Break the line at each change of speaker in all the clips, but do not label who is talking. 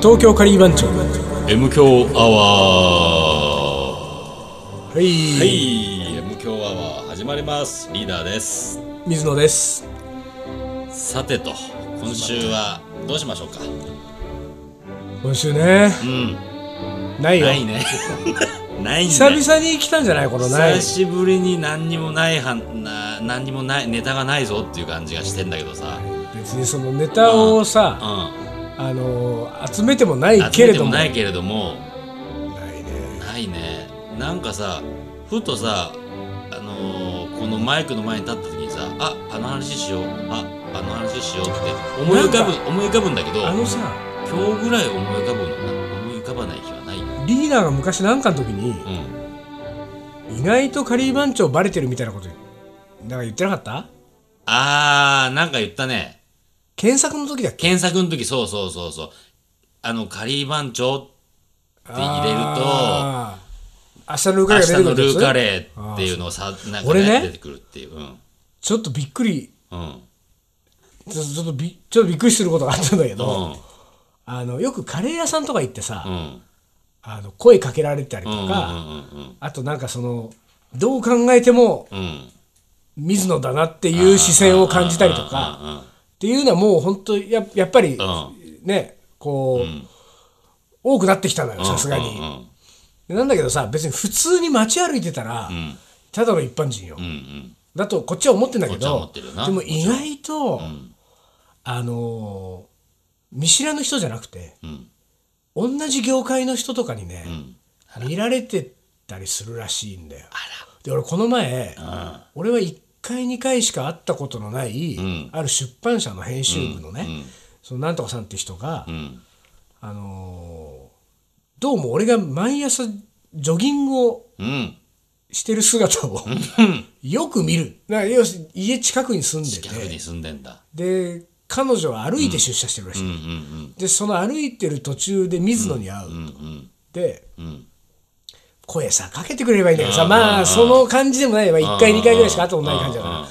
東京カリー番長
M 強アワ
はい、
ーはい、M 強アワー始まりますリーダーです
水野です
さてと今週はどうしましょうか
今週ね
うん
ないよ
な いねないね
久々に来たんじゃないこのない
久しぶりに何にもないはんな何にもないネタがないぞっていう感じがしてんだけどさ
別にそのネタを
う
さ
ん
あのー集めてもない
集
け
め
れ
て
ど
も
も
ないけれども
ないね
ないねなんかさふとさあのーこのマイクの前に立った時にさああの話しようああの話しようって思い浮かぶ
なん
思い浮かぶんだけど
あ
今
のさ
日ぐらい思い浮かぶのな思い浮かばない日はないよ
リーダーが昔なんかの時に
うん
意外とカリー番長バレてるみたいなことなんか言ってなかった
あーなんか言ったね
検索の時だっけ
検索の時そうそうそうそうあのカリー番長
って
入れると
明日のルーカレーが出て
明日
くる
の
んで
ル
す
ーカレーっていうのをさなんか
俺ね
ね出てくるっていううん
ちょっとびっくり
うん
ちょちょっとびちょっとびっくりすることがあったんだけ
う
ど、
ん
あのよくカレー屋さんとか行ってさ、
うん
あの声かけられたりと
うんうんうん
か、あとなんかそのどう考えても
うんうん
水野だなっていう視線を感じたりとか
うん
っていうのはもう本当ややっぱり
う
ねこう、
ん
多くなってきたのよさすがに、
うん
でなんだけどさ別に普通に街歩いてたら、
ん
ただの一般人よ、
うんうん
だとこっちは思ってんだけ
こっちは思
ど
ってるよな
でも意外と、
ん
あのー見知らぬ人じゃなくて
うんうん
同じ業界の人とかにね、
ん
見られてたりするらしいんだよ。で俺この前、俺は1回2回しか会ったことのない、
ん
ある出版社の編集部のね、
うん
そのなんとかさんって人が、
うん
あのーどうも俺が毎朝ジョギングを
うん
してる姿を
うん
よく見るな要するに家近くに住んで
逆
て
に住んでんだ
で彼女は歩いて出社してるらしい、
うんうん
でその歩いてる途中で水野に会う、
うんうん
で
うん
声さかけてくれればいいんだけどさ
うん
ま
う
あ
ん
その感じでもないわ1回2回ぐらいしか会ったことない感じだから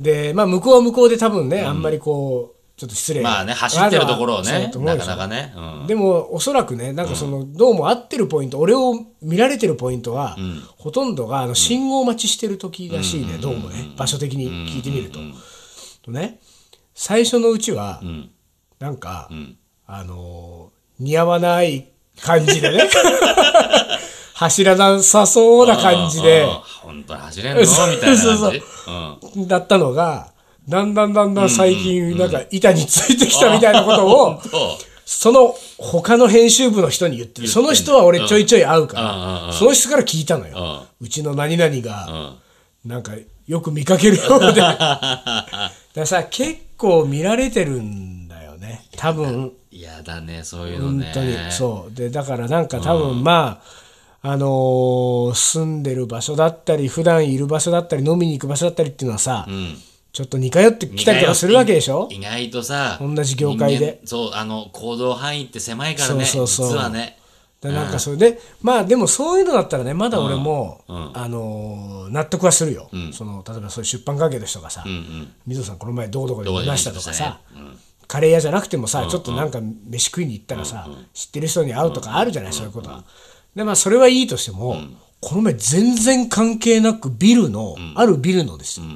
でまあ向こうは向こうで多分ねあんまりこうちょっと失礼
まあね走ってるところを
そう
ね
だと思う
な
で
か
しょ
なかねうん
でもおそらくねなんかそのどうも合ってるポイント俺を見られてるポイントはほとんどがあの信号待ちしてる時らしいねどうもね場所的に聞いてみるととね最初のうちは
ん
なんか
ん
あのー似合わない感じで ね走らなさそうな感じで
うんうん本当に走れんのみたいな感じ
そうそう
うん
だったのがだんだんだんだん最近なんか板についてきたみたいなことを
そう
その他の編集部の人に言ってる。その人は俺ちょいちょい会う
うんうん
か
う
ら、
ん
その人から聞いたの
う
よ。
ん
うちの何々
う
が、
ん
なんかよく見かけるようで。だ からさ、結構見られてるんだよね。多分、
嫌だねそういうの
本
ね
当に。そう。で、だからなんか多分まあ、あのー住んでる場所だったり、普段いる場所だったり、飲みに行く場所だったりっていうのはさ、
うん
ちょっと似通ってきたりとかするわけでしょ
意外とさ
同じ業界で
人間そうあの行動範囲って狭いからね
そうそうそう
実はね
だなんかそれで、まあでもそういうのだったらねまだ俺も、
うんうん
あのー納得はするよ、
ん
その例えばそういう出版関係の人がさ、
うんうん
水野さんこの前どこどこで見ましたとかさ、
どこで見ま
カレー屋じゃなくてもさ、ちょっとなんか飯食いに行ったらさ、知ってる人に会うとかあるじゃない、そういうことは。でまあそれはいいとしても、この前全然関係なくビルの、あるビルのですよ、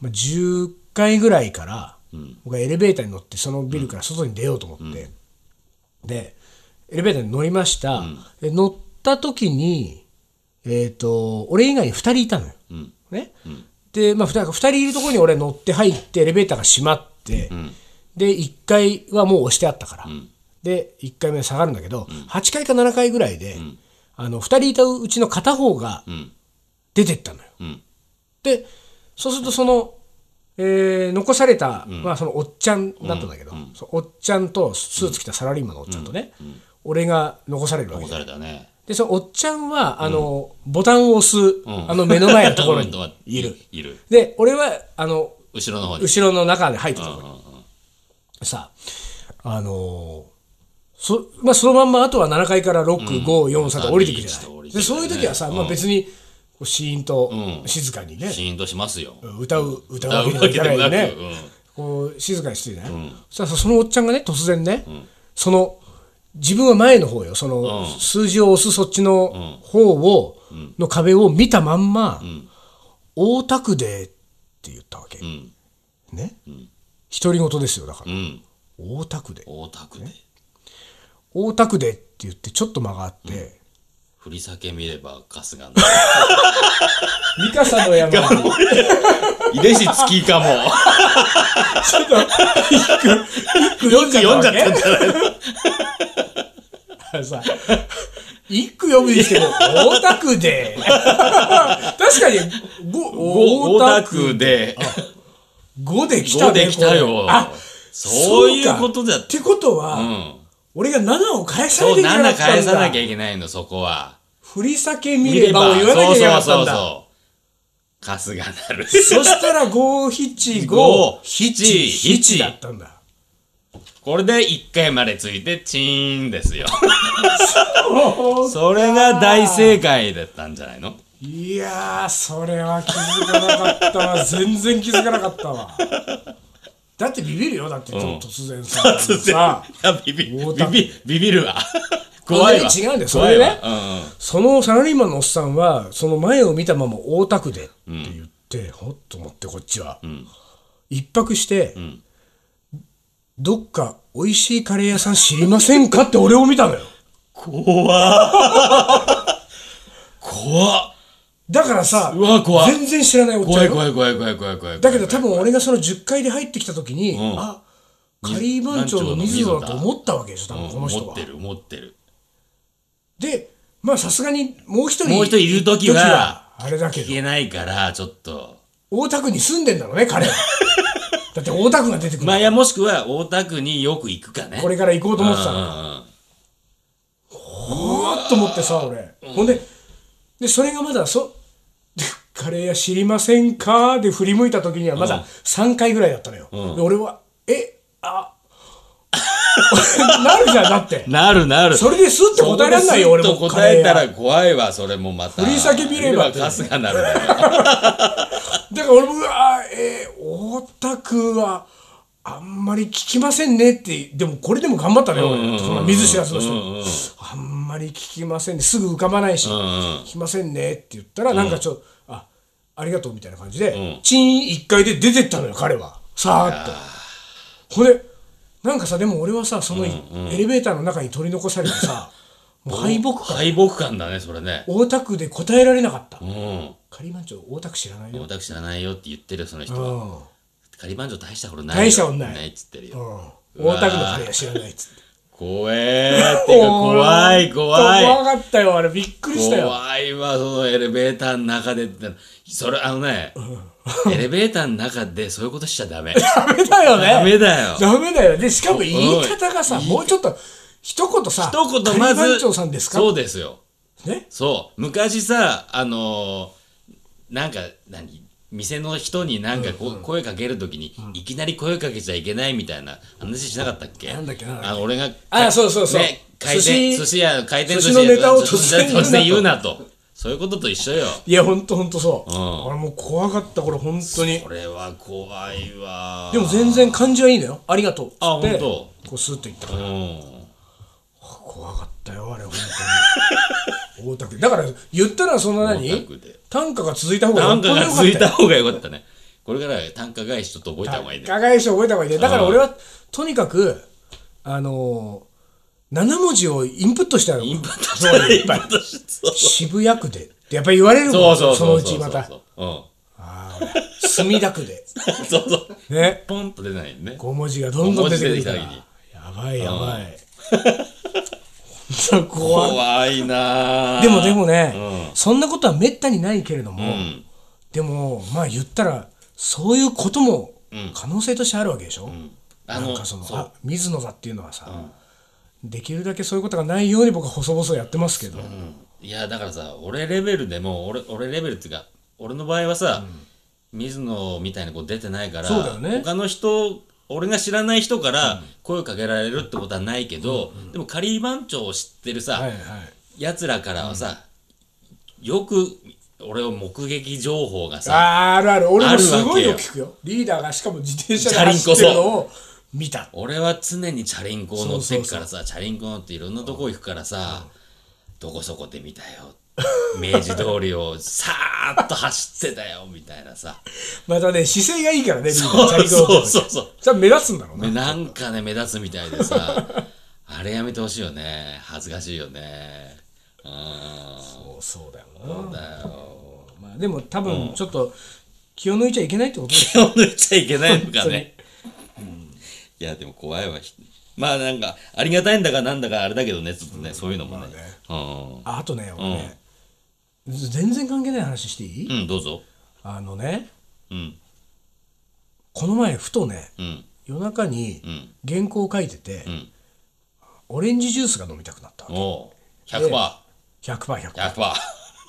まあ、10階ぐらいから、僕はエレベーターに乗ってそのビルから外に出ようと思って、でエレベーターに乗りました、で乗った時にえっ、と俺以外に2人いたのよ、ね、で、まあ、2, 人いるところに俺乗って入ってエレベーターが閉まって、で1階はもう押してあったから、で1階目下がるんだけど、8階か7階ぐらいで、あの2人いたうちの片方が
ん
出てったのよ、
ん
でそうするとその、えー残された、まあ、そのおっちゃんだったんだけど、そのおっちゃんとスーツ着たサラリーマンのおっちゃんとね、俺が残されるわけ
残されたね
でそのおっちゃんはあの、ボタンを押す、
ん
あの目の前のところにいる
いる
で俺はあの
後ろの方に
後ろの中で入ってたところ
うんうん
にさあのーそまあ、そのまんまあとは7階から6543と降りてくるじゃ
うん
な
降
い、
り
で
てくるね
そういう時はさ、まあ、別にこうシーンと静かにね、
シーンとしますよ
歌う歌う
歌
わ
う
けにもいかない
わけでもな
よ
く
ね
うん
こう静かにしてるじゃない、そしたらさそのおっちゃんがね突然ね、その自分は前の方よ、その、
うん
数字を押すそっちの方を、の壁を見たまんま、大田区でって言ったわけ。
うん
ね、独り言ですよ、だから。
うん
大田区で。
大田区で
大田区でって言って、ちょっと間があって、
振り裂け見れば春日の
三笠の 山に
遺伝子付きかも
読んじ
読んじゃった
ん
んじゃない
からさ、一句読むにしても、大田区で。確かに、ご
大田区。で
5で来たね
5。できた
こ
よ
れあ、
そうい
そう
う
か
ことだっ
っててことは、
うん
俺が7を返さな
そう
きゃいけなか
7
ったんだ。
返さなきゃいけないのそこは
振り裂け見ればを言わなきゃいけなかったんだ。
そうそうそうそう春 日なる
そしたら5、7、5、
五
7、
七
7だったんだ。
これで1回までついてチーンですよそれが大正解だったんじゃないの
いやー、それは気づかなかった わ。全然気づかなかったわ。だってビビるよ。だって、
ん
突然さ。 さ
いやビビ
大
ビ
田区
ビビビ るわ怖いわ
違うんだよそれでね
怖いわうんうん
そのサラリーマンのおっさんは、その前を見たまま大田区でって言って、ほっと思ってこっちは。一泊して、どっか美味しいカレー屋さん知りませんかって俺を見たのよ。
怖っ怖っ
だからさ、
うわ怖い
全然知らないおっちゃんよ
怖い怖い怖い怖い怖い怖い
だけど多分俺がその10階で入ってきた時に、
ん
あカリー番長の水野だと思ったわけでしょ多分こ
うん
の人
持っ
は
て。る持ってる
でまあさすがにもう一人
もう一人いる時は
あれだけ
い
ど
けないからちょっと
大田区に住んでんだろうね 彼はだって大田区が出てくる、
まあいやもしくは大田区によく行くかね
これから行こうと思ってた
う
の
んう
うん
うん
わーっと思ってさ俺、ほんででそれがまだそカレー屋知りませんかで振り向いた時にはまだ3回ぐらいだったのよ、で俺はえあなるじゃんだって
なるなる。
それでスッと答えらんないよ
そ
俺も
こでスッと答えたら怖いわ、それもまた。
振り裂け見ればって
見春日なるだよ。
だから俺も、あーえー、大田区は、あんまり聞きませんねって、でもこれでも頑張ったね、俺。そんな水知らずの人に。あんまり聞きませんね。すぐ浮かばないし、聞きませんねって言ったら、なんかちょっと、あ、ありがとうみたいな感じで、チーン一回で出てったのよ、彼は。さーっと。ほんで、なんかさ、でも俺はさ、そのエレベーターの中に取り残されて さ、もう敗北感。
敗北感だね、それね。
大田区で答えられなかった
う。ん。
仮番長、大田区知らないよ。
私知らないよって言ってる、その人
う
は。
ん。
仮番長大したことないよ。
大したことない
ないっつってるよ。
うん大田区のカレーは知らないっつって。
怖えーっていうか、怖い、怖
怖
い。
かったよ、あれ。びっくりしたよ。
怖いわ、そのエレベーターの中でって。それ、あのね、エレベーターの中でそういうことしち ゃダメ。
ダメだよね。
ダメだよ
ダメだよ。で、しかも言い方がさ、
うん
もうちょっと、一言さ、
一言まず、
番長さんですか
そうですよ。
ね。
そう昔さあのーなんか何店の人になんかこ、声かけるときに、いきなり声かけちゃいけないみたいな話しなかったっけ
なんだっけなんだっけ
あ俺が
あそうそうそう
ね、回転
寿司
寿司屋回転
寿司のネタを
寿司
突然言うなと
突然言うなとそういうことと一緒よ
いや、ほんとほんとそう。
うん
俺もう怖かった、これ、ほんとに
こ。れは怖いわ
でも全然感じはいいのよ。ありがとう。
あ
つって
ほん
こう、スーッといったから
うん
怖かったよ、あれ、ほんとに。大田 区。だから、言ったらそんな
大田
何
区で
短歌が続いた方が
単
本当
価
に
が
良かっ
つ
た
い
よ
た方がよかったねこれからは単価返しちょっと覚えた方がいいね
加害者覚えた方がいいね。だから俺は、とにかく、あのー、7文字をインプットしたの。
インプットしたらインプットしそう
渋谷区で。ってやっぱり言われるも
そ
ん、
うそう
その
そう
う
そ
ち
う
また。
うん
あー墨田区で。
そうそう。
ね。
ポンと出ないね。
5文字がどんどん出てくるから。
五文字出て
やばいやばい。ほんと怖い。
怖いなぁ
でもでもね、そんなことはめったにないけれども、
うん。
でも、まあ言ったら、そういうことも可能性としてあるわけでしょ、
あ
なん
の、
かその
そう
あ水野だっていうのはさ、できるだけそういうことがないように僕は細々やってますけど、
うんいや、だからさ、俺レベルでも、俺、俺レベルっていうか、俺の場合はさ、水野みたいな子出てないから、
そうだよね
他の人、俺が知らない人から声をかけられるってことはないけど、でも仮番長を知ってるさ、
はいはい
奴らからはさ、よく俺を目撃情報がさ、
あーあるある俺
あ
も
るわけよ
すごいよ聞くよリーダーがしかも自転車で走ってるのを見た。
俺は常にチャリンコを乗ってっからさチャリンコ乗っていろんなとこ行くからさ、どこそこで見たよ明治通りをさーっと走ってたよみたいなさ
またね、姿勢がいいからね、みんなチャリ
そう
ンコ乗ってる
そう
時
そうそう
じゃあ目立つんだろう
ね
ね。
なんかね目立つみたいでさ あれやめてほしいよね恥ずかしいよねうん
そうそうだよ
そう
な。
だよ
まあでも多分、ちょっと気を抜いちゃいけないってことだよ
手を抜いちゃいけないのか
本当に
ねいやでも怖いわひまあなんかありがたいんだかなんだかあれだけどねちょっとね、そういうのもね,、
ああとね、俺ね、全然関係ない話していい、
うんうんどうぞ
あのね、
うん
この前ふとね、
うん
夜中に
ん
原稿を書いてて、
ん
オレンジジュースが飲みたくなったわけ。
おう 100%100%
100%100%。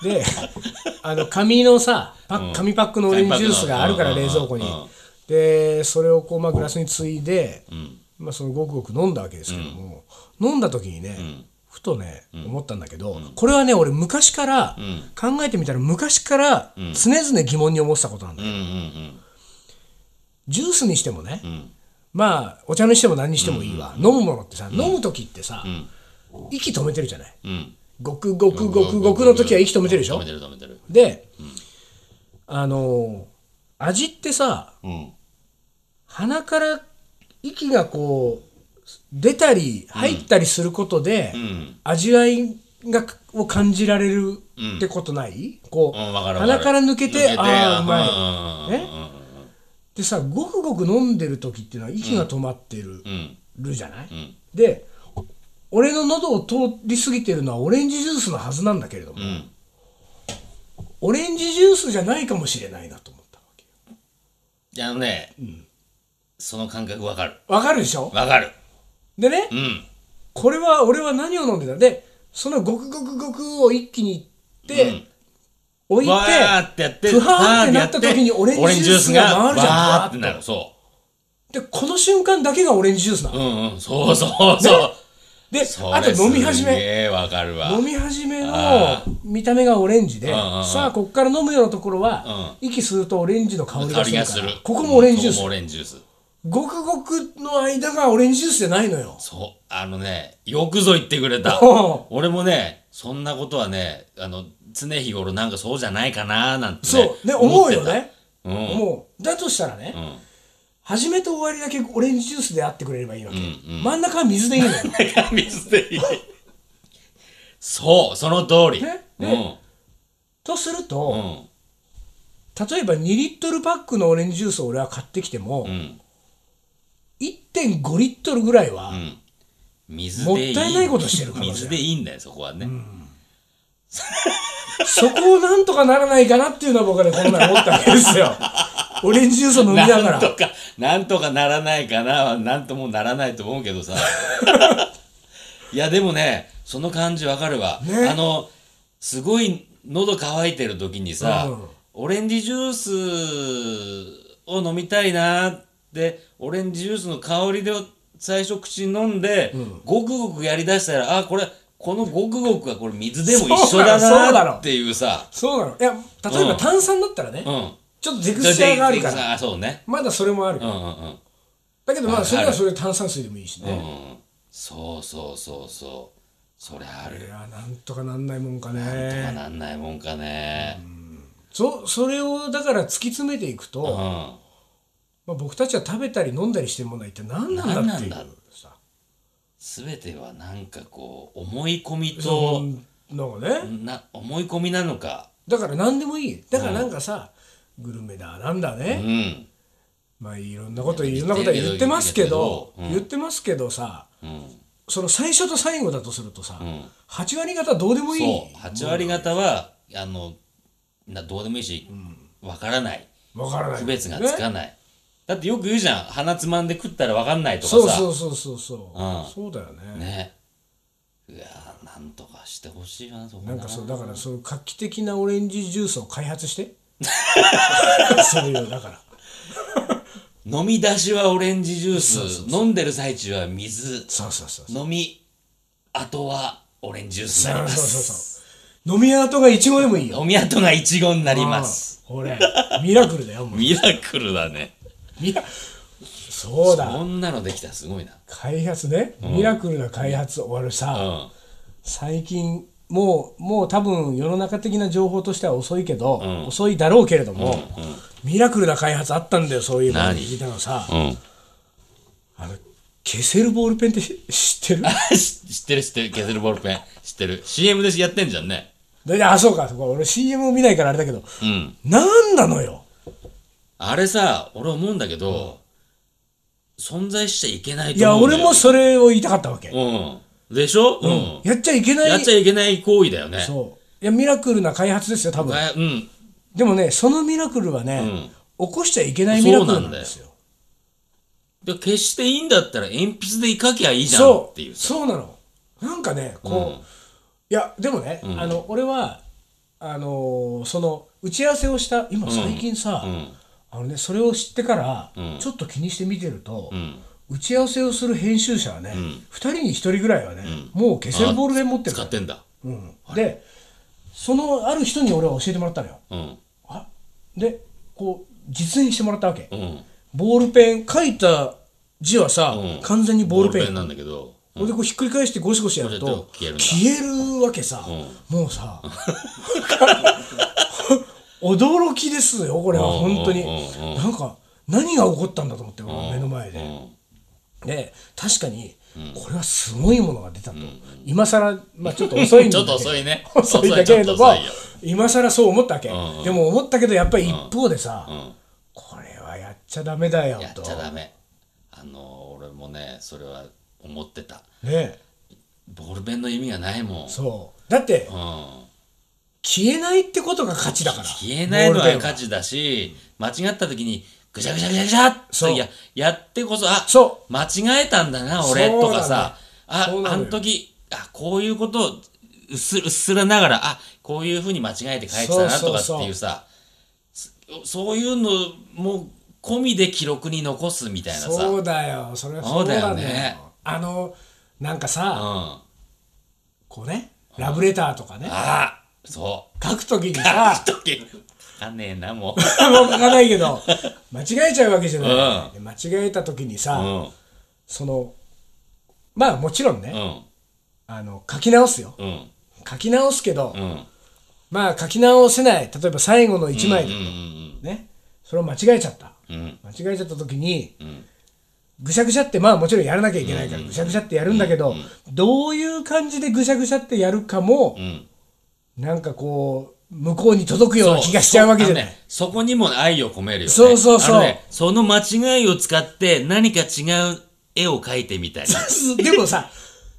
で、 あの、紙のさ、パッ紙パックのオレンジジュースがあるから、
紙パ
冷蔵
ックの
庫に
うんうんうん。
で、それをこう、まあ、グラスについで、
ん
まあ、そのごくごく飲んだわけですけども、飲んだ時にね、ふとね、思ったんだけど、これはね、俺昔から、考えてみたら昔から常々疑問に思ってたことなんだよ。
うんうん
ジュースにしてもね、
ん
まあ、お茶にしても何にしてもいいわ。飲むものってさ、飲む時ってさ、息止めてるじゃない。
うんうん
ごくごくごくごくの時は息止めてるでし
止
ょ
めてる止めてる
で、あのー味ってさ
うん
鼻から息がこう出たり入ったりすることで、
ん
味わいがを感じられるってことない、こう
うんわかるわかる
鼻から抜けてああうまい、
ま
ねでさごくごく飲んでる時っていうのは息が止まってる,、
うんうん
じゃない、
ん
で俺の喉を通り過ぎてるのはオレンジジュースのはずなんだけれども、
うん
オレンジジュースじゃないかもしれないなと思ったわけよ
いやあのねその感覚わかる
わかるでしょ
わかる
でね、
うん
これは俺は何を飲んでたでそのごくごくごくを一気にいって、置いて
わーってやって
ふはーって
わ
なった時にオレンジジュースが回るじゃん
わー
わー
っ
ってと
なるそ
でこの瞬間だけがオレンジジュースなの、
ううんうんそうそうそう
で
それ
あと飲み始
すげ
め
えわかるわ
飲み始めの
あ
見た目がオレンジで、
んうんうん
さあこっから飲むようなところは、息吸うとオレンジの香り
香
がす
り
る
が
か
す
ら
る
ここもオレンジジュー
うんここもオ
ス
レンジジュース
ごくごくの間がオレンジジュースじゃないのよ
そう、あのね、よくぞ言ってくれた
おう。
俺もね、そんなことはね、あの、常日頃なんかそうじゃないかななんて、ね。
そうね思うよ
って
ね
た。うん。
もうだとしたらね、
ん
初めと終わりだけオレンジジュースであってくれればいいわけ、
ん
真ん中は水でいいのよ
水でいい。そう、その通り。
ね
うん。
ねとする
う
と、
ん。
例えば2リットルパックのオレンジジュースを俺は買ってきても、
ん
1.5リットルぐらいは、
水でいい。
もったいないことしてる可能性ある
水でいいんだよ、そこはね。
そこをなんとかならないかなっていうのは僕はねこの前思ったわけです よオレンジジュースを飲みなが
なん
ら
とか、なんとかならないかなは、なんともならないと思うけ どさ。いや、でもね、その感じわかるわ。
ね
あの、すごい喉乾いてる時にさ、
うん
オレンジジュースを飲みたいなって、オレンジジュースの香りで最初口に飲んで、ごくごくやりだしたら、あ、これ、このごくごくはこれ水でも一緒だ
そうだ
な
ろ
っていうさ、
そうなのいや例え
う
ば
ん
炭酸だったらね、
うん。
ちょっとゼクスチャーがあるから
ら。そうね。
まだそれもある、
うんうんうん。
だけどま
あ
あそれ
あ
は
る
それで炭酸水でもいいしね、
うんそうそうそうそうそりゃある
いやなんとかなんないもんか
とか
ね
なんないもんかね
そそれをだから突き詰めていくと、
うん
まあ、僕たちは食べたり飲んだりしてるものは一体何なんだっていう
何なんだ
さ
全てはなんかこう思い込み
そ
と
のね
な思い込みなのか
だから何でもいいだからなんかさ、グルメだなんだ
う
ね、
ん
まあいろんなこといろんなことは言ってますけど
言
言
っ
って
るけど
てますけどさ
うん
その最初と最後だとするとさ、
ん
8割方どうでもいい
そう8割方はあのなどうでもいいしわからない
分からない
区別がつ
ね
かないだってよく言うじゃん鼻つまんで食ったらわかんないと
そう
かさ
そうそうそうそう、
うん
そうだよね
ねいやーなんとかしてほしいなそこ
なんかそうだからそういう画期的なオレンジジュースを開発して そういうだから
飲み出しはオレンジジュース飲んでる最中は水
そうそうそうそう
飲み後はオレンジジュースに
そ
なり
う
ま
そう
す
そう飲み屋とがいちごでもいいよ
飲み後がイチゴになります
ああほれミラクルだよもう
ミラクルだね
ミラそうだ
こんなのできたらすごいな
開発ねミラクルな開発終わるさ、
うん
最近もうもう多分世の中的な情報としては遅いけど、遅いだろうけれども、ミラクルな開発あったんだよそういうの
何
聞いたのさ
うん
あの消せるボールペンってし知 ってる
し 知ってる知ってるケセルボールペン知ってる CM でやってんじゃんね
だいたいあそうかそうか俺 CM を見ないからあれだけど、
うん
なんなのよ
あれさ俺思うんだけど、存在しちゃいけない
い
と
や
思うんだ
俺
よ
もそれを言いたかったわけ、
うんでしょうん、
やっちゃいけない
やっちゃいけない行為だよね
そういやミラクルな開発ですよ多分
あうん
でもねそのミラクルはね、起こしちゃいけないミラクルなんですよ
で決していいんだったら鉛筆で書きゃいいじゃん
そ
っていうう
そうなのなんかねこう、いやでもね、あの俺はあのーその打ち合わせをした今最近さ、
ん
あのね、それを知ってからちょっと気にして見てると、
ん
打ち合わせをする編集者はね、二2人に1人ぐらいはね、もう消せるボールペン持ってる
使ってんだ
うん、でそのある人に俺は教えてもらったのよ
うん
あでこう実演してもらったわけ、
うん
ボールペン書いた字はさ、
うん
完全にボールペン
なんだけど
それでこうひっくり返してゴシゴシやる
ゴ
と
シやると
消えるわけさ、もうさ 驚きですよこれは本当に
うんうんうん
なんか何が起こったんだと思って俺目の前
う
で
ん
で確かにこれはすごいものが出たと今更まあちょっと遅いんだけど
ちょっと遅いね
遅いんだけれども
遅いちょっと
今更そう思ったわけ
んうん
でも思ったけどやっぱり一方でさ
うん
これはやっちゃダメだよ
やっ
と
ちゃダメあの俺もねそれは思ってた
ね
ボールペンの意味がないもん
そうだって
うん
消えないってことが勝ちだから
消えないの
ボ
は
ールペン
価値だし間違った時にぐちゃぐちゃぐちゃぐちゃ
そう
ってややってこそあ
そ
間違えたんだな俺とかさ、あ
そうな
あ
のよ
の時あこういうことをうっすうっすらながらあこういうふうに間違えて書いてたな
そ
と
うそ
か
う
っ
そう
ていうさそそういうのも込みで記録に残すみたいなさ
そうだよそれはそう
そ
だ
うだよ
ね
ね
あのなんかさ、
うん、
こうねラブレターとかね
あそう
書くときにさ
時あねえなもう
もう書かないけど間違えちゃうわけじゃない、
うん
で間違えたときにさ、
うん
そのまあもちろんね、
うん
あの書き直すよ
うん
書き直すけど、
うんうん
まあ書き直せない例えば最後の1枚で、
うん
ねそれを間違えちゃった
うん
間違えちゃったときに、
ん
ぐしゃぐしゃってまあもちろんやらなきゃいけないからぐしゃぐしゃってやるんだけど、どういう感じでぐしゃぐしゃってやるかも、
うん
なんかこう向こうに届くような気がしちゃうわけじゃない
あのねそこにも愛を込めるよね。
そうそうそう
あのねその間違いを使って何か違う絵を描いてみたり。
でもさ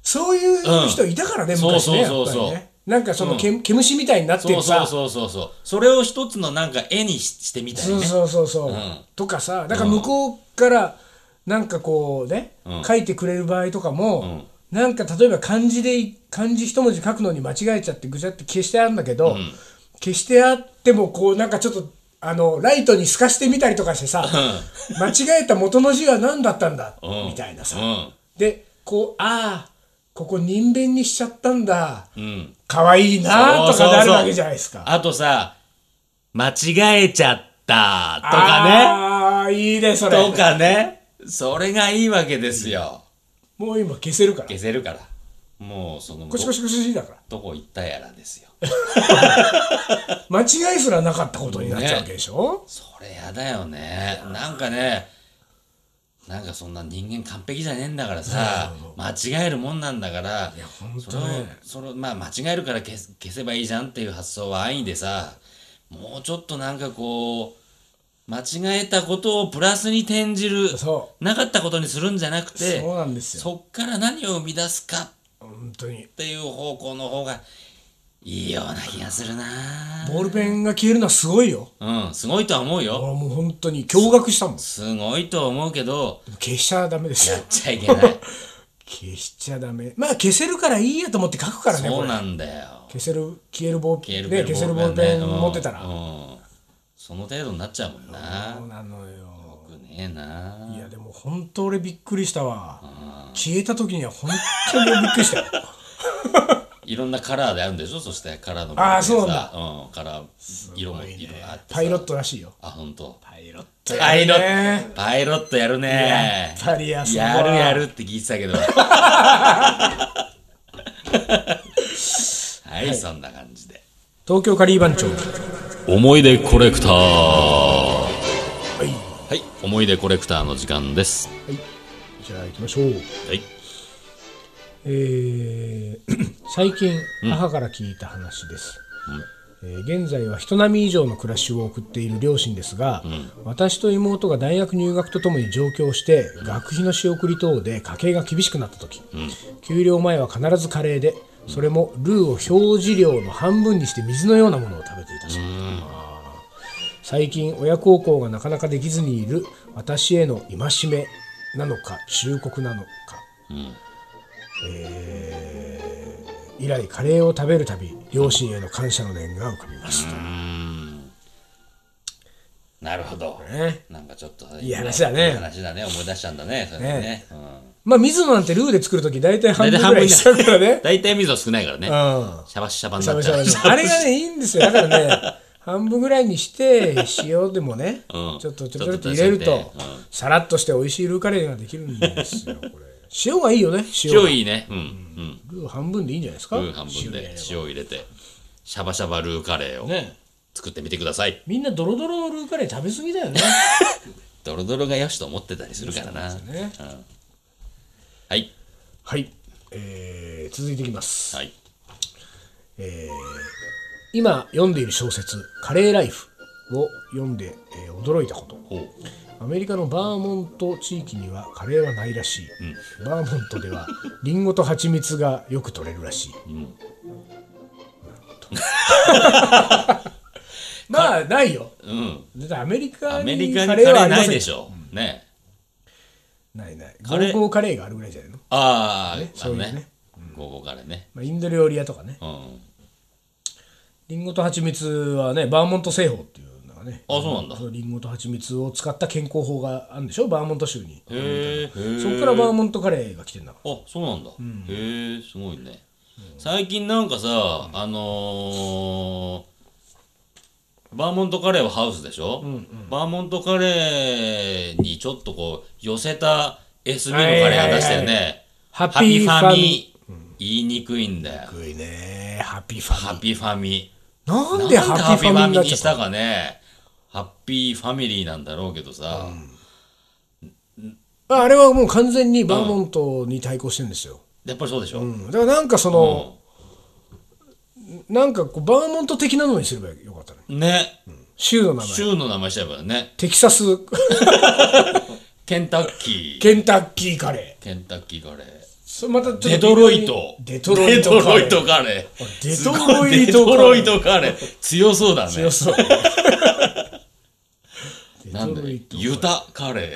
そういう人いたからね、
うん
昔ねや
そう
っ
そう
ぱ
そうそう
りねなんかそのけ、毛虫みたいになって
そう
る
そう
さ
そうそうそう。それを一つのなんか絵にししてみたり
そう
ね。
そうそうそう、
ん
とかさだから向こうからなんかこうね、書いてくれる場合とかも、なんか例えば漢字で漢字一文字書くのに間違えちゃってぐちゃって消してあるんだけど、消してあってもこうなんかちょっとあのライトに透かしてみたりとかしてさ、間違えた元の字は何だったんだ、
うん
みたいなさ、
うん。
でこうああここ人弁にしちゃったんだ
うん。
可愛いなーと
そうそう
か
そう
なるわけじゃないですか。
あとさ、間違えちゃったとかね。
ああーいいねそれ
とかね。それがいいわけですよ。
もう今消せるから
消せるから。もうその
コシコシコシだから
どこ行ったやらですよ。
間違いすらなかったことになっちゃうわけでしょ、
それやだよねなんかねなんかそんな人間完璧じゃねえんだからさ間違えるもんなんだから
本
そ
当
れを
ね
それまあ間違えるから消す消せばいいじゃんっていう発想は安易でさもうちょっとなんかこう間違えたことをプラスに転じる
そ
なかったことにするんじゃなくて
そうなんですよ
そっから何を生み出すかっ
本当に
ていう方向の方がいいような気がするな
ボールペンが消えるのはすごいよ
うんすごいとは思うよ
俺もう本当に驚愕したもん
すごいとは思うけど
消しちゃダメですよ
やっちゃい けない。
消しちゃダメまあ消せるからいいやと思って書くからね
そ
こ
う
れ
なんだよ。
消せる消えるボール
消
ペ
え
ン
る
ね消せるボールペン持ってたら、
うんうんその程度になっちゃうもんな。
そ
よ
うなのよ。
くねえない
やでも本当俺びっくりしたわ消えた時には本当にびっくりしたよ
いいろんなカラーであるんでしょそしてカラーの
あーそうなんだ
うんカラー色も色があってさ
パイロットらしいよ
あ本当。
パイロット
パイロッ
ね
トパイロットやるね
やっぱりあそこは
やるやるって聞いて たけどはいそんな感じで
東京カリー番長
思い出コレクターはい、思い出コレクターの時間です
じゃあ行きましょう
はい
えー 最近母から聞いた話です、えー現在は人並み以上の暮らしを送っている両親ですが、私と妹が大学入学とともに上京して学費の仕送り等で家計が厳しくなった時、給料前は必ずカレーでそれもルーを表示量の半分にして水のようなものを食べていたそうです最近親孝行がなかなかできずにいる私への戒めなのか忠告なのか、えー以来カレーを食べるたび両親への感謝の念が浮かびますと、
なるほど、
ね
なんかちょっと
いい話だね
いい話だね思い出しちゃうんだねそれね
ね
うん
まあ水野なんてルーで作る時大体半
大
分ぐ
体半
ら
分
いしちゃうからね
大体水は少ないからね、
うん
シャバシャバに
しゃ
なっ
ぶ
ち
しゃ
ゃ
ぶ
う
のあれがねいいんですよだからね半分ぐらいにして塩でもね、
うん
ちょっとちょろちょろっと入れる
ちょっ
と
と足して
さらっとして美味しいルーカレーができるんですよこれ塩がいいよね塩
塩いいねうんうん
ルー半分でいいんじゃないですか
ルー半分で塩入れてシャバシャバルーカレーを
ね
作ってみてください、
みんなドロドロのルーカレー食べ過ぎだよね
ドロドロがよしと思ってたりするからな、
ね
はい
はい、えー続いていきます、
はい
今読んでいる小説「カレーライフ」を読んで、えー驚いたこと
ほう
アメリカのバーモント地域にはカレーはないらしい、バーモントではリンゴと蜂蜜がよく取れるらしい、まあないよ
うん
だってアメリカ
アメ
に
リカ
カ
にカ
レ
レ
ーはあ
ー
りま
ない
せん
でしょ、ね
ないない
カレー
ゴーゴーカレーがあるぐらいじゃないの、
ああ、あの
そういう
ね
ね
ごぼうカレーね
まあ、インド料理屋とかね
うん
リンゴと蜂蜜はねバーモント製法っていうのがね
あそうなんだ
そうリンゴと蜂蜜を使った健康法があるんでしょバーモント州に
へえ
そこからバーモントカレーが来てんだか
あそうなんだ、へえすごいね、最近なんかさあのーバーモントカレーはハウスでしょ、バーモントカレーにちょっとこう寄せた SB のカレーが出してるね、
はい
ハ
ハ
ッ
ッ
ピ
ピ
ー
ー
フ
フ
ァ
ァ
ミ
ミ
言いにくいんだよ
らいねハッピーファ
ハッ
ミ
ピーファミ
リーな
なんん
で
で
ハ
ハ
ッ
ッ
ピ
ピ
ー
ー
フ
フ
ァ
ァ
ミリ
ミ
ーになっ
にし
ちゃった
たかねハッピーファミリーなんだろうけどさ、
ああれはもう完全にバーモントに対抗してるんですよ、
やっぱりそうでしょ、
うんだからなんかその、なんかこうバーモント的なのにすればよかったね
ね、
州の名前
州の名前しちゃえばね
テキサス
ケンタッキー
ケンタッキーカレー
ケンタッキーカレー
それまたちょっと
デトロイト。
デトロイトカレー
カレー。
デ
デ
ト
ト
ロ
ロ
イ
イ
ト
ト
カレー
カレー。デトロイトカレー。強そうだね。
強そう
なん
デト
だ
ロ
よ
イト
ユタカレー。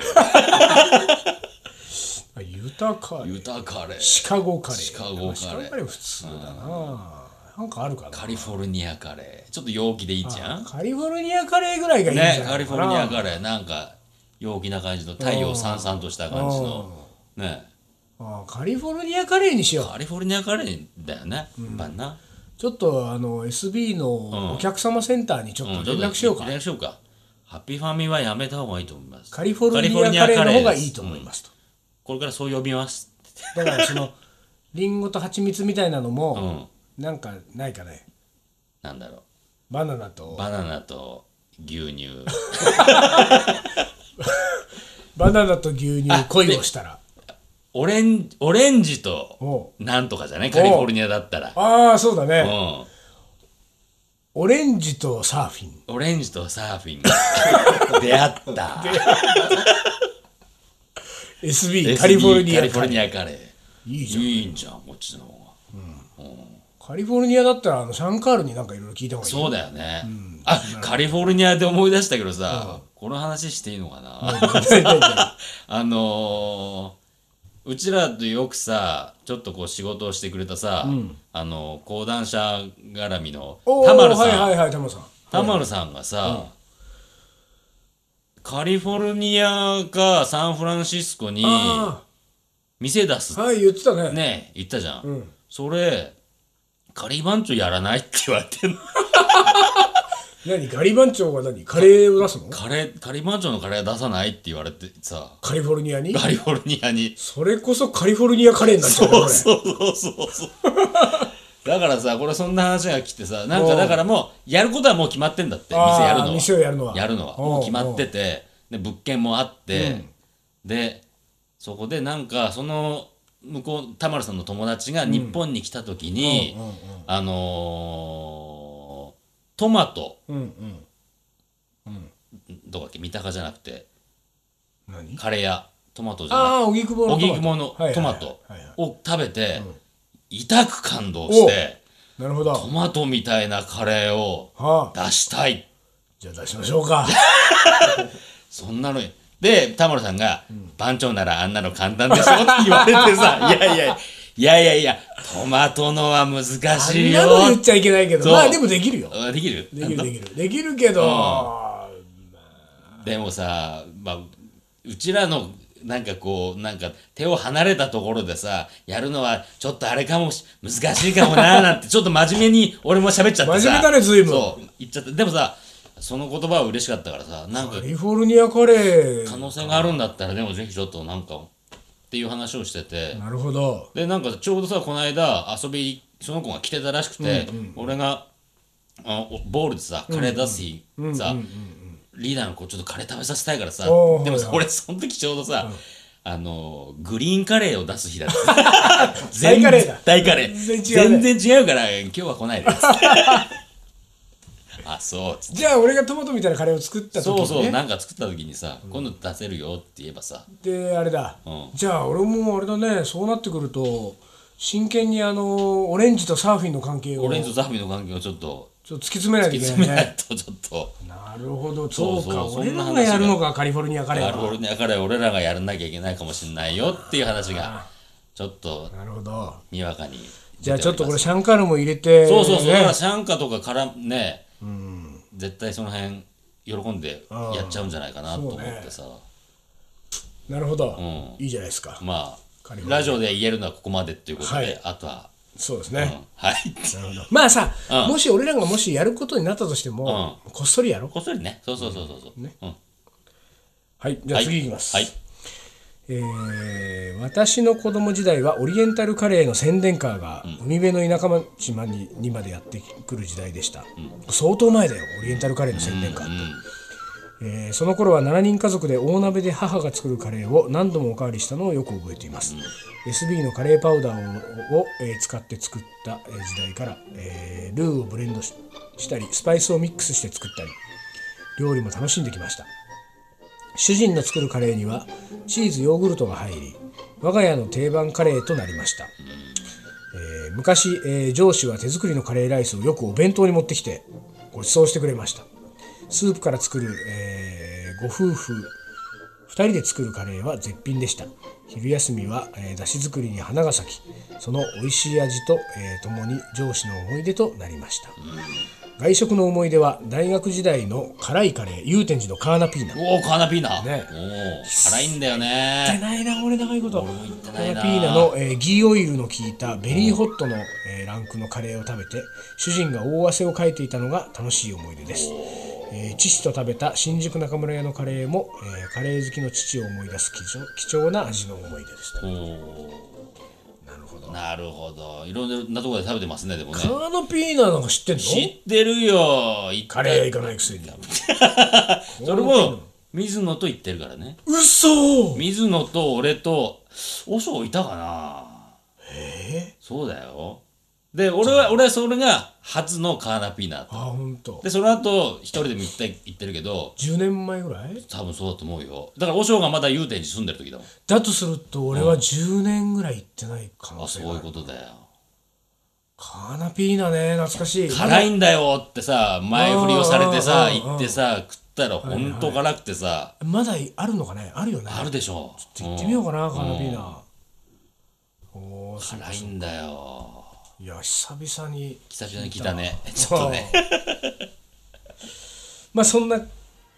あユタカレー
ユタカレー。
シカゴカレー
シカゴ
シ
カ
カ
レ
ゴ
ー
カレー普通だななんかあるかな
カリフォルニアカレー。ちょっと陽気でいいじゃん
カリフォルニアカレーぐらいがいいんじゃない
ね、
かな
カリフォルニアカレー。なんか、陽気な感じの、太陽さんさんとした感じの。ね、
あーカリフォルニアカレーにしよう
カリフォルニアカレーだよね。やっぱな。
ちょっとあの SB のお客様センターにちょっと連絡しようか、
連絡しようか。ハッピーファミはやめた方がいいと思います。
カリフォルニアカレーの方がいいと思いますと、
これからそう呼びます。
だからそのリンゴと蜂蜜みたいなの
う
も、
ん。
なんかないかね
なんだろう。
バナナと
バナナと牛乳。
バナナと牛乳恋をしたら
オレンオレンジ
お
となんとかじゃないカリフォルニアだったら、
ああーそうだ
う
ね
ん、
オレンジとサーフィン
オレンジとサーフィンが出会 った
SB
SB
カリフォルニア
カ
カレ
リフォル
ー
ニアカレー
いいじゃん
いいんじゃんこっちの方が
カリフォルニアだったらあのシャンカールになんかいろいろ聞いた方がいい
そうだよね、あカリフォルニアで思い出したけどさ、この話していいのかな あのーうちらとよくさちょっとこう仕事をしてくれたさ、あの講談社絡みの
おー
田丸さん、
はいはいはい田丸さん
田丸さんがさ、カリフォルニアかサンフランシスコに
あ
店出す
あはい言ってたね
ね言ったじゃん、
ん
それカリー番長やらないって言われてんの。
何ガリ番長が何カレーを出すの
カレー、カリー番長のカレー出さないって言われてさ、
カリフォルニ アに
カリフォルニアに。
それこそカリフォルニアカレーになっちゃうよ
そう
こ
そうそうそうそう。だからさ、これそんな話が来てさ、なんかだからもう、やることはもう決まってんだって、
あー
店やるのは。
店をやるのはおう
もう決まってて、で、物件もあって、で、そこでなんか、その、向こう、田丸さんの友達が日本に来た時に、
うんうんうん
あのートマト、
れ。うんうん。
どこだっけ、三鷹じゃなくて、
何
カレー屋、トマトじゃなくて
ああ、荻窪のトマト。
荻窪のトマト
はいはいはいはいは
を食べて、痛く感動して、
いなるほど。
ト
は
マトみたいなカレーを
あ。
出したい。
じゃあ出しましょうか。
そんなのに。で、田村さんが、番長ならあんなの簡単でしょって言われてさ、 いやいや、いやいやいや、トマトのは難
あ
し
ん
い
なの
よ。
言っちゃいけないけど、
そう
まあでもできるよ。
あできる
できるできる。できるけど、
でもさ、まあ、うちらのなんかこうなんか手を離れたところでさやるのはちょっとあれかもし難しいかもなー なんてちょっと真面目に俺も喋っちゃってさ
真面目だね随分
そう言っちゃってでもさその言葉は嬉しかったからさなんか
カリフォルニアカレ
可
ー。
能性があるんだったらでもぜひちょっとなんかっていう話をしてて
なるほど。
でなんかちょうどさこの間遊びその子が来てたらしくて、俺があおボールでさカレー出す日さ、リーダーの子ちょっとカレー食べさせたいからさで
おー
もさ
はいはい
俺その時ちょうどさ、あのグリーンカレーを出す日だった
大カレーだ
大カレー
全然違うね
全然違うから今日は来ないで あそうつって
じゃあ俺がトマトみたいなカレーを作った時に、
そ
ね、
うそうなんか作った時にさ、今度出せるよって言えばさ
であれだ、
うん
じゃあ俺もあれだねそうなってくると真剣にあのオレンジとサーフィンの関係を
オレン
ちょ
ジ
っ
とザフィの関係をちょっと
と突き詰めないといけない
詰めない
ね
とちょっと。
なるほどそうか
そうそう
俺ら
そん
が
な話が
やるのかカリフォルニアカレ
な
ー
る
は
ほどね。だから俺らがやらなきゃいけないかもしれないよっていう話が、ちょっと
なるほど
にわかに。
じゃあちょっとこれシャンカールも入れて
そうそうそう。だ
ね
から参加とかからね、絶対その辺喜んでやっちゃうんじゃないかなと思ってさ。
なるほど、
う
いいじゃないですか、
まあ
仮、に
ラジオで言えるのはここまでっていうことで、
はい
あとは、
そうです
うん
ね、
はい。
まあさ、
うん
もし俺らがもしやることになったとしても、こっそりやろう
こっそりね。そうそうそうそうそう。うん
はいじゃあ次いきます、
はい。
えー私の子供時代はオリエンタルカレーの宣伝カーが海辺の田舎町まににまでやってくる時代でした、相当前だよオリエンタルカレーの宣伝カーって、えーその頃は7人家族で大鍋で母が作るカレーを何度もおかわりしたのをよく覚えています、SB のカレーパウダーををえー使って作ったえー時代から、えールーをブレンドししたりスパイスをミックスして作ったり料理も楽しんできました主人の作るカレーにはチーズヨーグルトが入り我が家の定番カレーとなりました、えー昔、えー上司は手作りのカレーライスをよくお弁当に持ってきてご馳走してくれましたスープから作る、えーご夫婦2人で作るカレーは絶品でした昼休みは、えー、だし作りに花が咲きその美味しい味と、えー、共に上司の思い出となりました、外食の思い出は大学時代の辛いカレー祐天寺のカーナピーナ
おお、カーナピーナ。
ね
おお、辛いんだよ
行って
ね。
ないな俺長いこと
も行ってないな
カラピーナの、えーギーオイルの効いたベリーホットの、えーランクのカレーを食べて主人が大汗をかいていたのが楽しい思い出です、えー父と食べた新宿中村屋のカレーも、えーカレー好きの父を思い出す貴重貴重な味の思い出でした、
おお。なるほど。いろんなところで食べてますね、でもね。
カーナピーナなんか知ってんの
知ってるよ。行って
カレー行かないくせに
それも水野と言ってるからね
嘘
水野と俺と和尚いたかなえそうだよで俺は俺はそれが初のカーナピーナだっ
あ
た
本当。
でその後一人でも行って行ってるけど
10年前ぐらい
多分そうだと思うよだから和尚がまだ祐天寺住んでる時だもん
だとすると俺は10年ぐらい行ってない可能
あそ
性
う
があ
いう
る
ことだよ
カーナピーナね懐かしい
辛いんだよってさ前振りをされて
あ
さ
ー
行ってさ食ったらほんと辛くてさ
まだあるのかねあるよね。
あるでしょち
行ってみようかな、カーナピーナ。おお、そう
辛いんだよ
いや、久々に。
久々に来たね ちょっとね
そう。 まあ、そんな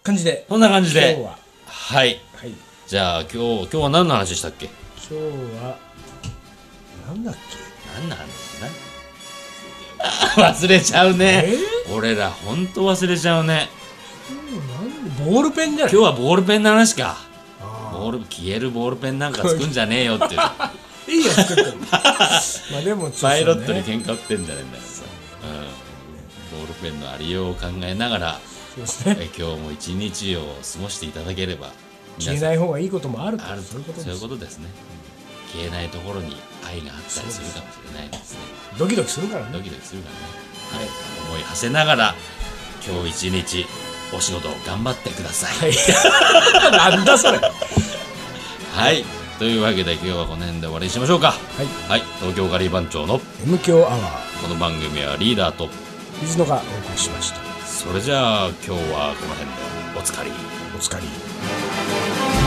感じで。
そんな感じ
今日
で
は。
はい。
はい。今
じゃあ今日、今日は何の話でしたっけ
日は。なんだっけ。
何の話なん 忘れちゃうね。俺らほんと忘れちゃうね。
ボールペンじゃない
今日はボールペンの話か。ボール消えるボールペンなんか作んじゃねえよっていう。
いいよ作って もまあでも
パイロット
そう
に
ね
喧嘩売ってんじゃねえんだからさ、うん、ボールペンのありようを考えながら
そうですね
え今日も一日を過ごしていただければ
消え
い
ない方がいいこともあると
ある
そういうこと
そう
で
いう
す
ことですね消えないところに愛があったりするかもしれないですね
ドキドキするからね
ドキドキするからね、はい、思い馳せながら今日一日お仕事を頑張ってください、
なんだそれ、
はい、というわけで今日はこの辺で終わりにしましょうかはい東京ガリ番長の
M 強アワー
この番組はリーダーと
水野がお送りしました
それじゃあ今日はこの辺でおつかり。
お疲れ